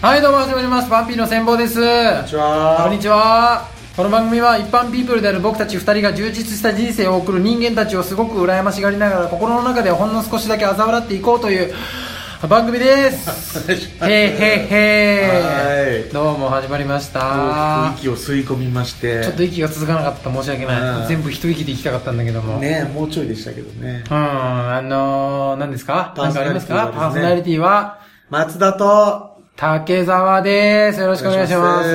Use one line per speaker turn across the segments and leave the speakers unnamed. はいどうも始まりますパンピーの千坊です
こんにちは
こんにちはこの番組は一般ピープルである僕たち2人が充実した人生を送る人間たちをすごく羨ましがりながら心の中ではほんの少しだけ嘲笑っていこうという番組です
お願いします
へいへいへ
はい
どうも始まりまし
大
た
きく息を吸い込みまして
ちょっと息が続かなかった申し訳な
うん
い全部一息で行きたかったんだけども
ねもうちょいでしたけどね
うんあのー、何ですか
パー
何
ソ
かあ
ナ
り
リ
ま
テ
すかパーソナリティは
ィはですね松田と
竹澤です。よろしくお願いしま
お
す。
願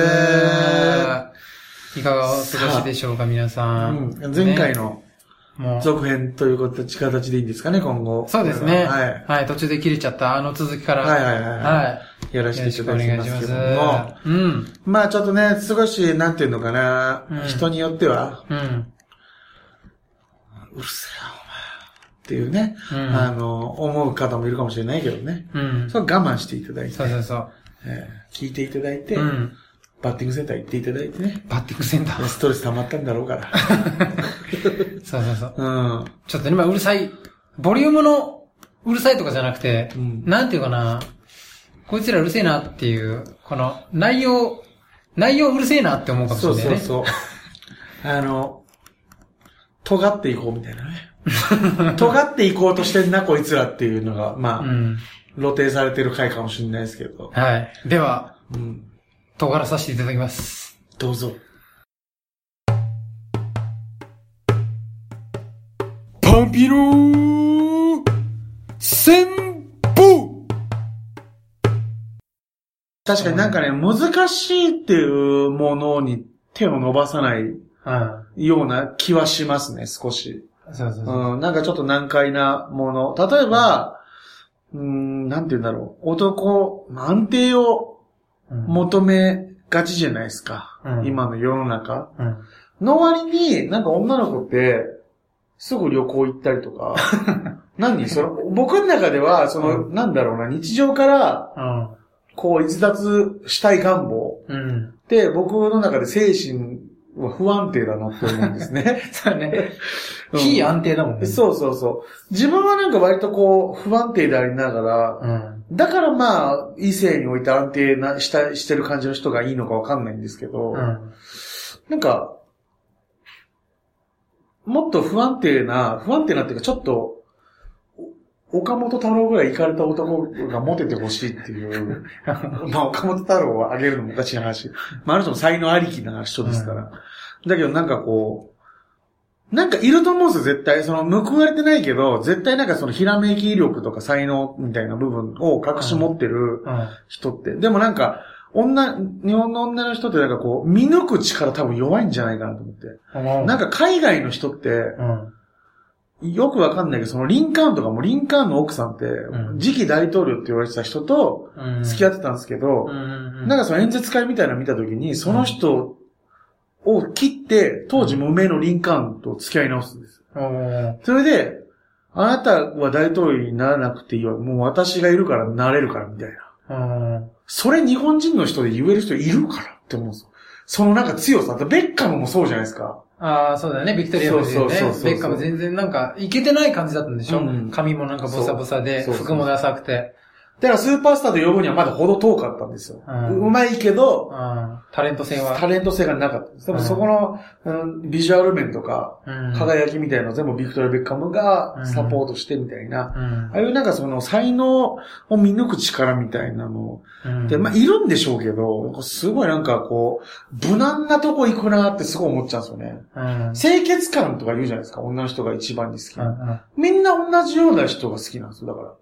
いかがお過ごしでしょうか、皆さん。
うん前回
ね、
の
もう、
続編という形形でいいんですかね今後
そうですね、
は
はいい。途中で切れちゃったあの続きから。
はいはいはいはいやら
い
せ
よろし
てい
たく
だ
お
いて
願い
ま
し
す
ま
け
す。
ども
うん。
まあちょっとね少しなんていうのかな、
うん
人によっては
うん。
うるせえなお前っていうね、
うん
あの思う方もいるかもしれないけどね
うん。
それは我慢していただいて、
そうそうそう。
えー聞いていただいて、
うん。
バッティングセンター行っていただいてね
バッティングセンター。
ストレス溜まったんだろうから
そうそうそう。
うん。
ちょっと今うるさい、ボリュームのうるさいとかじゃなくて、
うん
なんていうかな、こいつらうるせえなっていう、この内容、内容うるせえなって思うかもし
そ
れ
う
ない
そ
ね。
うそう。あの、尖っていこうみたいなね。 尖っていこうとしてんな、こいつらっていうのが、まあ、
うん。
露呈されてる回かもしれないですけど。
はい。では、
うん。
尖らさせていただきます。
どうぞ。
パンピロー千歩
確かになんかね、難しいっていうものに手を伸ばさない
うん。
ような気はしますね、少し。
そうそうそう。
うん、なんかちょっと難解なもの。例えば、うん、なんて言うんだろう。男、まあ安定を
うん、
求めがちじゃないですか。
うん
今の世の中。
うん。
の割に、なんか女の子って、すぐ旅行行ったりとか。 何その、僕の中では、その、
う
なんだろうな、日常から、
うん。
こう、逸脱したい願望
うん。
で僕の中で精神は不安定だなって思うんですね。
そうね。
うん
非安定だもんね。
そうそうそう。自分はなんか割とこう、不安定でありながら、
うん。
だからまあ、異性において安定な、した、してる感じの人がいいのかわかんないんですけど、
うん。
なんか、もっと不安定な、不安定なっていうか、ちょっと、お岡本太郎ぐらい行かれた男がモテてほしいっていう。まあ、岡本太郎はあげるのもおかしい話。まあ、あの人も才能ありきな人ですから。だけど、なんかこう、なんかいると思うんですよ、絶対。その、報われてないけど、絶対なんかその、ひらめき力とか才能みたいな部分を隠し持ってる、
うん。
人って。でもなんか、女、日本の女の人ってなんかこう、見抜く力多分弱いんじゃないかなと思って。
思う
なんか海外の人って、
うん。
よくわかんないけど、そのリンカーンとかもリンカーンの奥さんって
う、ん
次期大統領って言われてた人と
うん。
付き合ってたんですけど、
うんうんうん。
なんかその演説会みたいなの見たときに、その人を切って、当時無名のリンカーンと付き合い直すんです。
うん、
それで、あなたは大統領にならなくていいわ。もう私がいるからなれるから、みたいな。
うん。
それ日本人の人で言える人いるからって思うんですよ。そのなんか強さ。ベッカムもそうじゃないですか。
ああ、そうだよね、ビクトリア夫人ね
そうそうそうそう。
ベッカも全然なんか、いけてない感じだったんでしょ、
うん
髪もなんかボサボサで、
そうそうそ
服
う
もダサくて。
だからスーパースターと呼ぶにはまだ程遠かったんですよ。
う
うんまいけど、
うん。タレント性は。
タレント性がなかったです。多
う
分
ん
そこの、うんビジュアル面とか、
うん。
輝きみたいなのを全部ビクトリア・ベッカムがサポートしてみたいな。
うん
ああいうなんかその才能を見抜く力みたいなの
うん。
で、まあいるんでしょうけど、すごいなんかこう、無難なとこ行くなってすごい思っちゃうんですよね。
うん。
清潔感とか言うじゃないですか、女の人が一番に好き
う
な。
んうん
みんな同じような人が好きなんですよ、だから。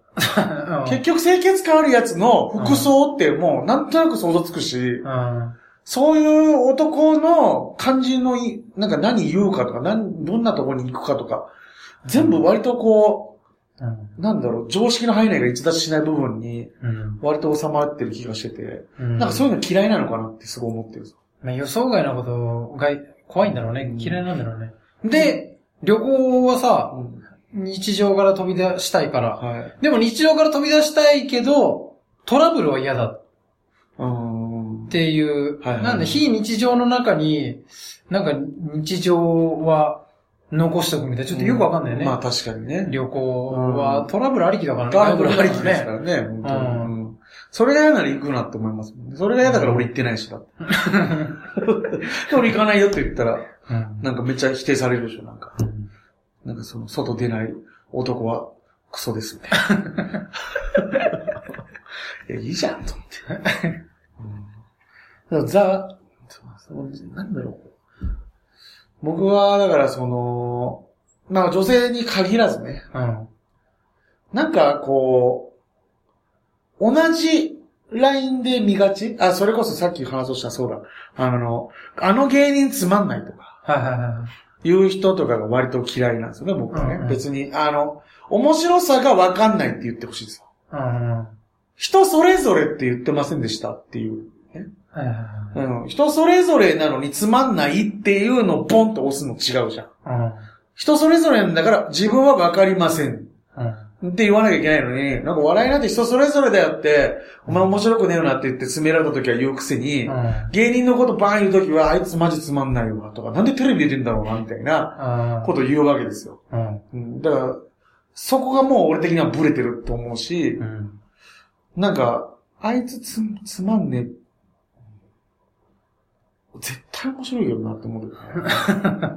結
結局清潔感あるやつの服装ってもうなんとなく想像つくし、
うん。
そういう男の感じのい、なんか何言うかとか、なんどんなとこに行くかとか、全部割とこ
うん。
う、なんだろう、常識の範囲内が逸脱しない部分に、
うん。
割と収まってる気がしてて、
うん。
なんかそういうの嫌いなのかなってすごい思ってるんですよ
まあ予想外なことが怖いんだろうね。
うん
嫌いなんだろうね。で、旅行はさ、
うん
日常から飛び出したいから。
はい。
でも日常から飛び出したいけど、トラブルは嫌だっ
うーん。
ていう。
はいはい
なんで非日常の中に、なんか日常は残しとくみたいな。ちょっとよくわかんないよね。
まあ確かにね。
旅行はトラブルありきだからね。
トラブルありきですか
ね。
らね、本当に
う
うんそれが嫌なら行くなって思いますもんね。それが嫌だから俺行ってないしだって。で俺行かないよって言ったら、
うん
なんかめっちゃ否定されるでしょ、なんか。なんかその、外出ない男はクソ です、みたいな。いや、いいじゃん、と思って。うん、だからザ、そうそうなんだろう。僕は、だからその、まあ女性に限らずね、
うん。
なんかこう、同じラインで見がちあ、それこそさっき話をしたそうだ。あの、あの芸人つまんないとか。
はいはいはい。
いう人とかが割と嫌いなんですよね、僕はね。
うんうん
別に、あの、面白さがわかんないって言ってほしいですよ。
うんうん。は
人それぞれって言ってませんでしたっていう。
いはいはい。
うん。人それぞれなのにつまんないっていうのをポンと押すの違うじゃん。
うん。
人それぞれなんだから自分はわかりません。
うん。
って言わなきゃいけないのに、なんか笑いなんて人それぞれだよって、お前面白くねえよなって言って詰められた時は言うくせに、
うん。
芸人のことバーン言う時は、あいつマジつまんないわとか、なんでテレビ出てんだろうなみたいなこと言うわけですよ。
うん。
うんだから、そこがもう俺的にはブレてると思うし
う、ん。
なんか、あいつつ、つまんねえ。絶対面白いよなって思うけどね。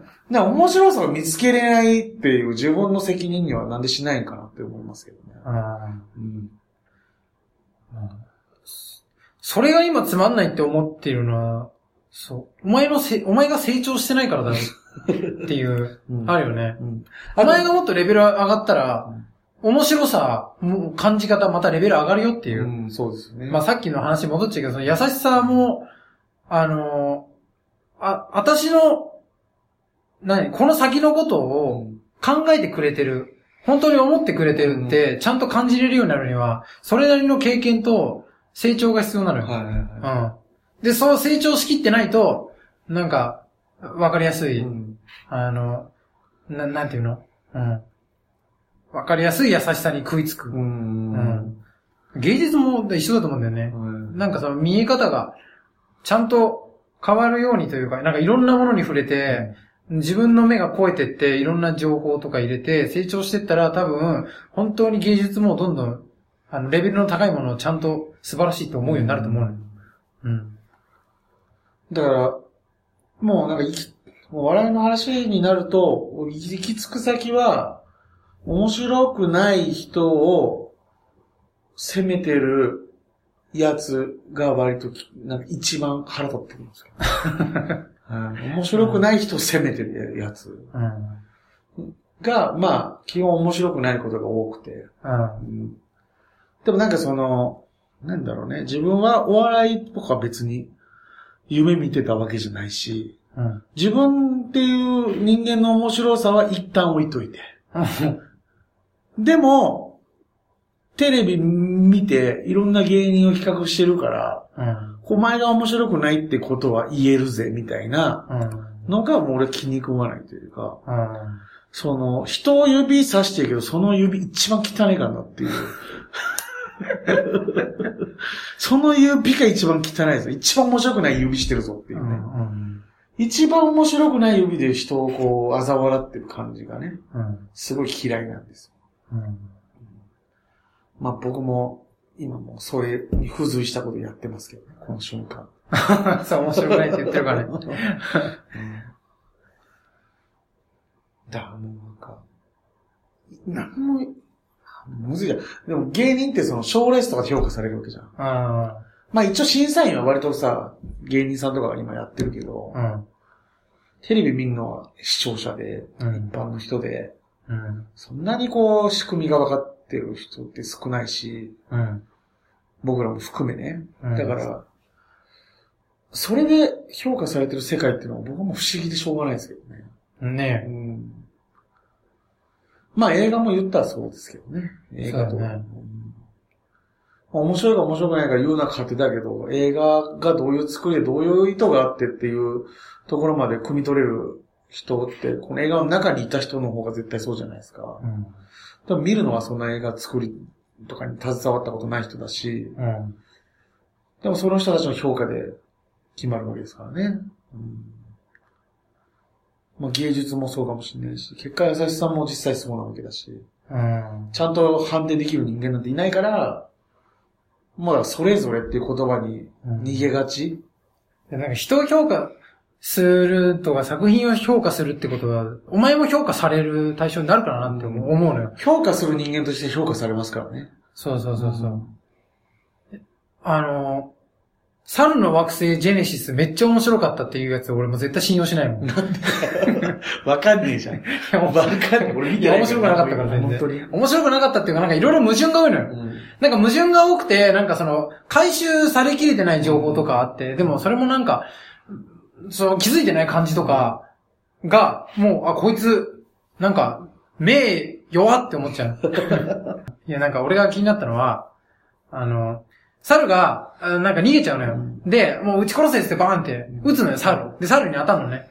なんか面白さを見つけれないっていう自分の責任にはなんでしないんかなって思いますけどね。
うん。
うん。
それが今つまんないって思ってるのは、そう。お前のせ、お前が成長してないからだよ。っていう、
うん
あるよね。
うん。
お前がもっとレベル上がったら、面白さ、もう感じ方、またレベル上がるよっていうう。
ん、そうですね。
まあさっきの話に戻っちゃうけど、その優しさも、あのーあ、私の、何、この先のこと
う
を
ん
考えてくれてる、本当に思ってくれてるって、ちゃんと感じれるようになるには、それなりの経験と成長が必要なのよ。
はいはいは
うん。で、そう成長しきってないと、なんか、わかりやす
い。
い、
うん
あの、な、なんていうのうん。わかりやすい優しさに食いつ
う
く。
ん。
芸術も一緒だと思うんだよね。なんかその見え方が、ちゃんと変わるようにというか、なんかいろんなものに触れて、自分の目が超えてって、いろんな情報とか入れて、成長してったら多分、本当に芸術もどんどん、あの、レベルの高いものをちゃんと素晴らしいと思うようになると思うのよ。うん。
だから、もうなんか行き、もう笑いの話になると、行き行き着く先は、面白くない人を責めてるやつが割とき、なんか一番腹立ってくるん ですよ。うん面白くない人を責めてるやつ
うん。
が、まあ、基本面白くないことが多くて、
うん。
うんでもなんかその、なんだろうね、自分はお笑いとか別に夢見てたわけじゃないし、
うん。
自分っていう人間の面白さは一旦置いといて。でも、テレビ見ていろんな芸人を比較してるから、
うん。
お前が面白くないってことは言えるぜ、みたいな
うん。
のがもう俺気に食わないというか、
うん。
その、人を指さしてるけど、その指一番汚いからなっていう。その指が一番汚いぞ。一番面白くない指してるぞっていううね。
ん。
一番面白くない指で人をこう、嘲笑ってる感じがね、
うん。
すごい嫌いなんですよ。
うん。
まあ僕も、今もうそれに付随したことやってますけどね、この瞬間。
そう、面白くないって言ってるからね。
うん だからもうなんか、なんも、むずいじゃん。でも芸人ってその賞レースとかで評価されるわけじゃん。
うん。
まあ一応審査員は割とさ、芸人さんとかが今やってるけど、
うん。
テレビ見るのは視聴者で、
うん
一。般の人で、
うん。
そんなにこう仕組みが分かってる人って少ないし、
うん。
僕らも含めね。
うん
だから、それで評価されてる世界っていうのは僕はもう不思議でしょうがないですけどね。
ね
うんまあ映画も言ったらそうですけどね。映画と
そう
か。
だね
うんまあ面白いか面白くないか言うのは勝手だけど、映画がどういう作りでどういう意図があってっていうところまで汲み取れる人って、この映画の中にいた人の方が絶対そうじゃないですか
え。。うん。
でも見るのはそんな映画作りとかに携わったことない人だし、
うん。
でもその人たちの評価で決まるわけですからね。うんまあ、芸術もそうかもしれないし、結果優しさも実際そうなわけだし、
うん。
ちゃんと判定できる人間なんていないから、まあだからそれぞれっていう言葉に逃げがち、
でなんか人を評価するとか作品を評価するってことは、お前も評価される対象になるからなって思う思うのよ。
評価する人間として評価されますからね。
そうそうそうそう。あの、猿の惑星ジェネシスめっちゃ面白かったっていうやつ俺も絶対信用しないもん。い
わかんねえじゃん。
や
わ
もう
かんねえ。俺見
い
て
や、
ない
面白くなかったから全
本当
然
に。。
面白くなかったっていうか、なんかいろいろ矛盾が多いのよ。
うん
なんか矛盾が多くて、なんかその、回収されきれてない情報とかあって、でもそれもなんか、その気づいてない感じとかが、もう、あ、こいつ、なんか、目弱って思っちゃ う。いや、なんか俺が気になったのは、あの、猿が、あなんか逃げちゃうのよ。で、もう撃ち殺せっつってバーンって撃つのよ、猿。で、猿に当たるのね。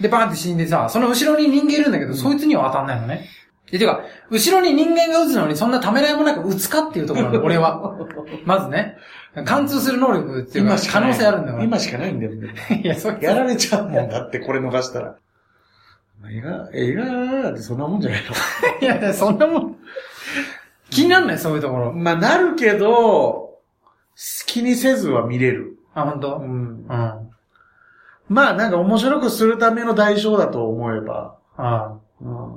で、バーンって死んでさ、その後ろに人間いるんだけど、そいつには当たんないのね。で、てか、後ろに人間が撃つのにそんなためらいもなく撃つかっていうところなの、俺は。まずね。貫通する能力っていうか、可能性あるんだから。
今しかないんだよ。ね
いや、そいつ
やられちゃうもんだって、これ逃したら。映画、映画ってそんなもんじゃない
いや、そんなもん。気になんない、そういうとこ
の。
ろ。
まあ、なるけど、気にせずは見れる。
あ、本当。
ん。
うん。あ
まあ、なんか面白くするための代償だと思えば、
あ。
うん。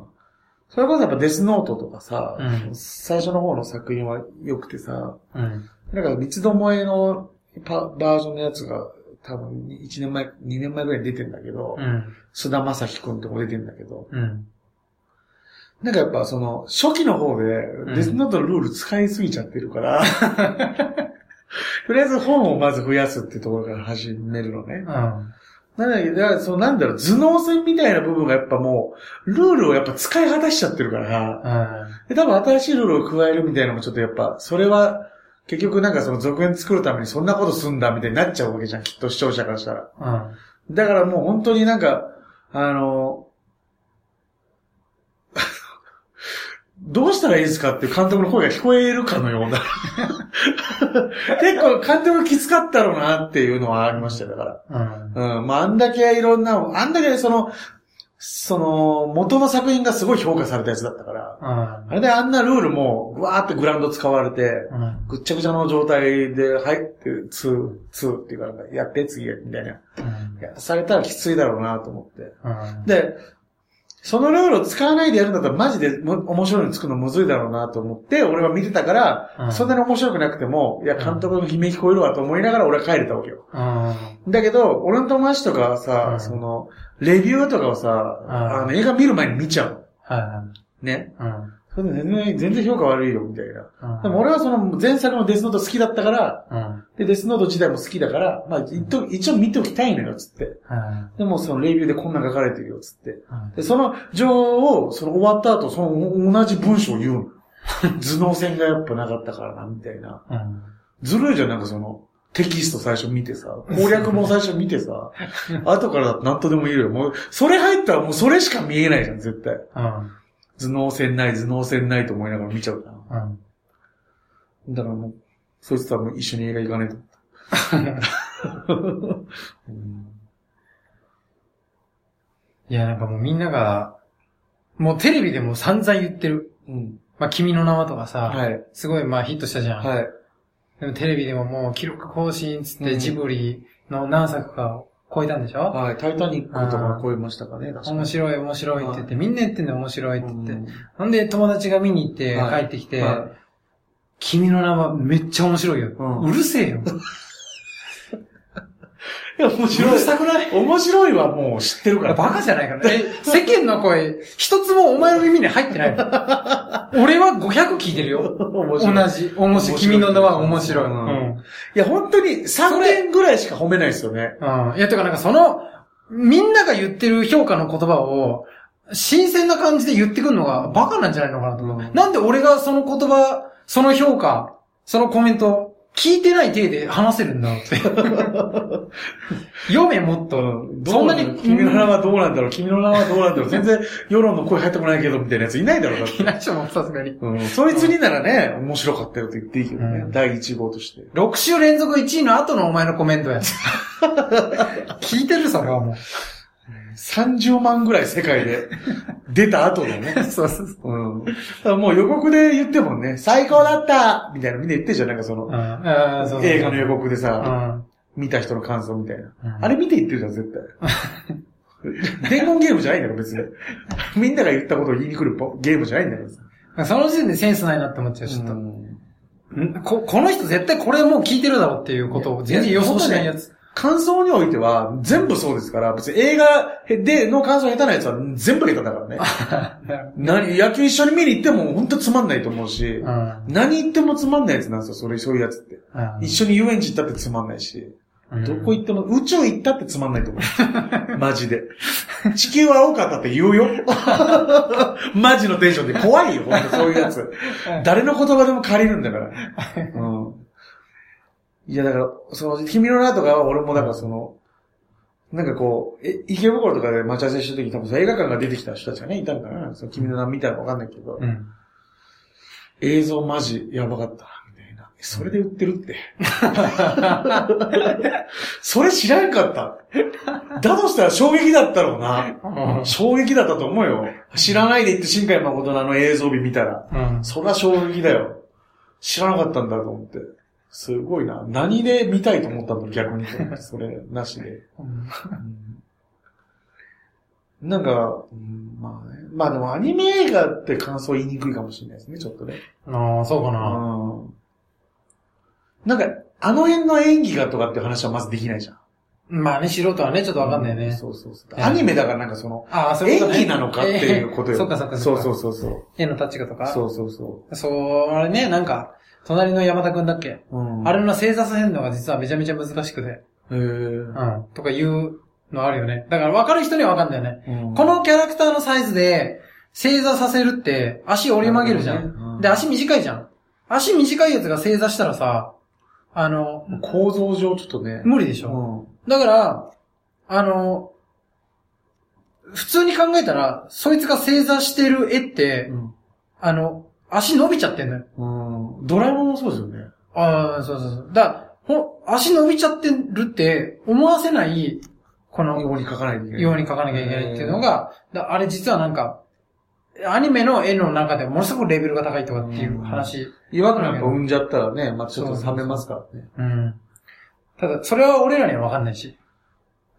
それこそやっぱデスノートとかさ、
うん
最初の方の作品は良くてさ、
うん。
なんか三つどもえのパバージョンのやつが、多分1年前、2年前ぐらいに出てんだけど、
うん。
菅田正樹くんとこ出てんだけど、
うん。
なんかやっぱその、初期の方で、
ん
デスノートのルール使いすぎちゃってるから、 とりあえず本をまず増やすってところから始めるのね。
うん。
なんだけど、だからそのなんだろう、頭脳戦みたいな部分がやっぱもう、ルールをやっぱ使い果たしちゃってるから、
うん。
で、多分新しいルールを加えるみたいなのもちょっとやっぱ、それは、結局なんかその続編作るためにそんなことすんだみたいになっちゃうわけじゃん、きっと視聴者からしたら。
うん。
だからもう本当になんか、あの、 どうしたらいいですかって監督の声が聞こえるかのような。 結構監督きつかったろうなっていうのはありましたよ、だから。
うん。
うん、まああんだけいろんな、あんだけその、その、元の作品がすごい評価されたやつだったから。
うん。
あれであんなルールも、ぐわーってグラウンド使われて、
うん。
ぐっちゃぐちゃの状態で、はい、ツー、ツーっていうかなんか、やって、次、みたいな。やらされたらきついだろうなと思って。
うん。
で、そのルールを使わないでやるんだったらマジでむ面白いの作るのむずいだろうなと思って、俺は見てたから、
うん
そんなに面白くなくても、いや、監督の悲鳴聞こえるわと思いながら俺は帰れたわけよ。
うん。
だけど、俺の友達とかはさ、
うん
その、レビューとかをさ、
ん
あの映画見る前に見ちゃう
は
の。ね。
い。うん。
それで全然、全然評価悪いよ、みたいな。
うん。
でも俺はその前作のデスノート好きだったから、
うん。うん。
で、デスノート自体も好きだから、まあ、一応一応見ておきたいのよ、つって。でもそのレビューでこんなん書かれてるよ、つって。で、その情報を、その終わった後、その同じ文章を言うの。頭脳戦がやっぱなかったからな、みたいな。
うん。
ずるいじゃん、なんかその、テキスト最初見てさ、攻略も最初見てさ、後からだと何とでも言えるよ。もう、それ入ったらもうそれしか見えないじゃん、絶対。
うん。
頭脳戦ない、頭脳戦ないと思いながら見ちゃうな。
うん。
だからもう、そいつとはもう一緒に映画行かねえと思った。うん
いや、なんかもうみんなが、もうテレビでも散々言ってる。
うん。
まあ、君の名はとかさ、
はい。
すごいまあヒットしたじゃん。
はい。
でもテレビでももう記録更新っつっ
う
て
ん
ジブリの何作かを超えたんでしょ、
はい。タイタニックとか超えましたかね、確かに。
面白い面白いって言って、みんな言ってんだよ面白いって言って。
うん
ほんで友達が見に行って
はい
帰ってきて、
は
君の名はめっちゃ面白いよ。
う
うんるせえよ。
い、いや、面
う
白
る
い。
さくない
面白いはもう知ってるから。
バカじゃないからね。え世間の声、一つもお前の耳に入って ないもん俺は500聞いてるよ。
面
同
白い。
じ。面白い。君の名は面白い。
う
うんん。
いや、本当に3年ぐらいしか褒めないですよね。
うん。いや、てかなんかその、みんなが言ってる評価の言葉を、新鮮な感じで言ってくるのがバカなんじゃないのかなと思う。
うん
なんで俺がその言葉、その評価、そのコメント、聞いてない体で話せるんだろう って。読めもっと。
そ
そ
ん
ん
な
な
に
に
君の名はどうなんだろう君の名はどうなんだろう全然世論の声入ってこないけど、みたいなやついないだろう、だっ
い
て。
ない人もさすがに。
うん、そいつにならね、面白かったよと言っていいけどね。
うん
第1号として。
6週連続1位の後のお前のコメントや。聞いてるそれはもう。
30万ぐらい世界で出た後だね。
そうそうそう。
うん。だからもう予告で言ってもね、最高だったみたいなみんな言ってんじゃん、なんかその、
ああそうそう
映画の予告でさ、
うん
見た人の感想みたいな。
うん
あれ見て言ってるじゃん、絶 対。伝言ゲームじゃないんだから、別に。みんなが言ったことを言いに来るポゲームじゃないんだからさ。
その時点でセンスないなって思っちゃう、ちょっと。
うん
んここの人絶対これもう聞いてるだろうっていうことを全然予想しないやつ。
感想においては、全部そうですから、別に映画での感想下手なやつは全部下手だからね。 何、野球一緒に見に行っても本当つまんないと思うし、
うん
何言ってもつまんないやつなんですよ、それ、そういうやつって。
うん
一緒に遊園地行ったってつまんないし、
うん
どこ行っても、宇宙行ったってつまんないと 思う。マジで。地球は多かったって言うよ。 マジのテンションで怖いよ、ほんとそういうやつ。誰の言葉でも借りるん だから。うん。いや、だから、その、君の名とかは俺もだからその、なんかこう、え、池袋とかで待ち合わせした時に多分さ映画館が出てきた人たちがね、いたんかな。その君の名みたいなのわかんないけど、
うん
映像マジやばかった。みたいな。それで売ってるって。それ知らんかった。だとしたら衝撃だったろうな。衝撃だったと思うよ。知らないで行って新海誠のあの映像日見たら。
うん
そりゃ衝撃だよ。知らなかったんだと思って。すごいな。何で見たいと思ったんだろう、逆に。それ、なしで。
うん
なんか、うんまあね。まあでもアニメ映画って感想言いにくいかもしれないですね、ちょっとね。
ああ、そうかな。
うん。なんか、あの辺の演技がとかっていう話はまずできないじゃん。
まあね、素人はね、ちょっとわかんないね。
そうそうそう。
うん
アニメだからなんかその、
ああ、そういう
演
ことね
技なのかっていうことよ。
えーそっかそっか
そ
そうっ
そ
か
うそうそう。
絵の立ち方とか。
そうそうそ
そう、あれね、なんか、隣の山田くんだっけ、
う。うん
あれの正座させるのが実はめちゃめちゃ難しくて、
へー
うん、とか言うのあるよね。だから分かる人には分かんだよね。
うん
このキャラクターのサイズで、正座させるって、足折り曲げるじゃ
うん
ん。で、足短いじゃん。足短いやつが正座したらさ、あの、
構造上ちょっとね。
無理でし
う
ょ。
ん。
だから、あの、普通に考えたら、そいつが正座してる絵って、あの、足伸びちゃってんのよ。
うん。ドラえもんもそうですよね。
ああ、そうそうそう。だ、ほ、足伸びちゃってるって思わせない、この、よ
ように書かないといけない。
うに書かなきゃいけないっていうのが、だあれ実はなんか、アニメの絵の中でものすごくレベルが高いとかっていう話。
違和感やっぱ生んじゃったらね、まあちょっと冷めますからね。
うん。ただ、それは俺らにはわかんないし。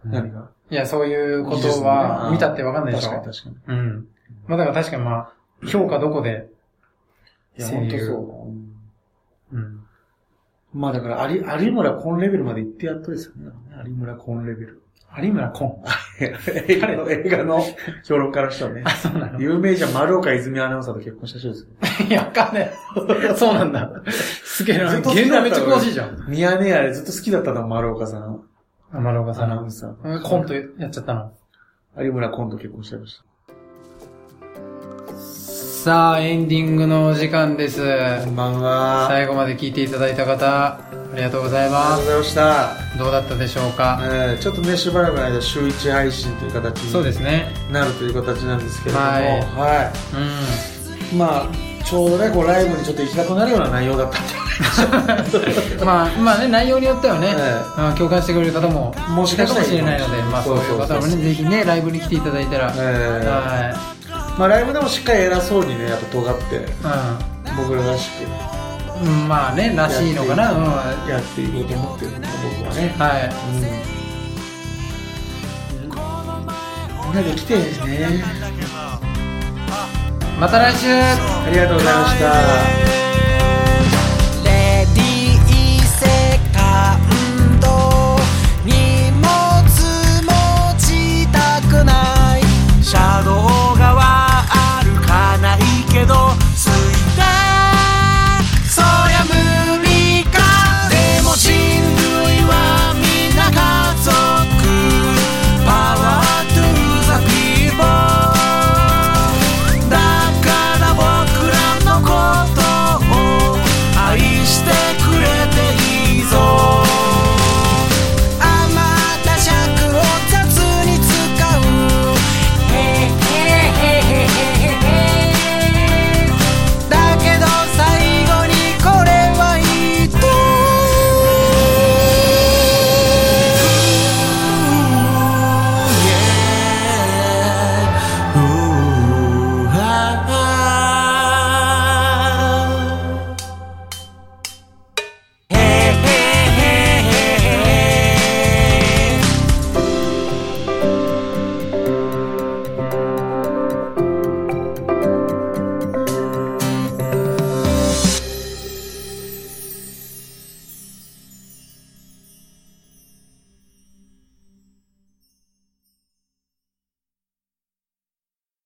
何が
いや、そういうこ
技
と
術のね
は見たってわかんないでしょ。
確かに確かに。
うん。まあだから確かにまあ、評価どこで、
いや、
声
本当
優
そう。うん
うん。
まあだから、有有村コンレベルまで行ってやっとですよね。有村コンレ ベル。
有村コ
映画の、映画の評論家の 人ね。有名じゃん、丸岡泉アナウンサーと結婚した人ですよ。
ン。いや、わかんない。 そうなんだ。すげえな。
ずっと好き
芸
だ
能め
った
っちゃ詳しいじゃん。
ミヤネ屋でずっと好きだったの、丸岡さん。
丸岡
ア
さ
ナウ
ん。
ンサー。
うんコントやっちゃったの。
有村コンと結婚しちゃいました。
さあ、エンディングのお時間です。
こんばんは。あり
最後まで聞いていただいた方、ありがとうござい
が
ま
とうご
す。
ざいました。
どうだったでしょうか、
えーちょっとね、しばらくの間、週1配信という形
そうで
に
すね。
なるという形なんですけれども、
はい
は
う
い。まあ、ちょうどね、こう、ライブにちょっと行きたくなるような内容だったんで
ん。まあ、まあね、内容によってはね、
え
あ共感してくれる方も、
もしか
いた
した
からもしれないので、まあそういう方もね、ぜひね、ライブに来ていただいたら、
えー
は
まあ、ライブでもしっかり偉そうにね、やっぱ尖って、
い。
僕ららしく
うん。まあね、らしいのかな。うん。は
やっていこうと思ってるんで、僕はね。
い。
みんなで来てね。
また来週
ありがとうございました。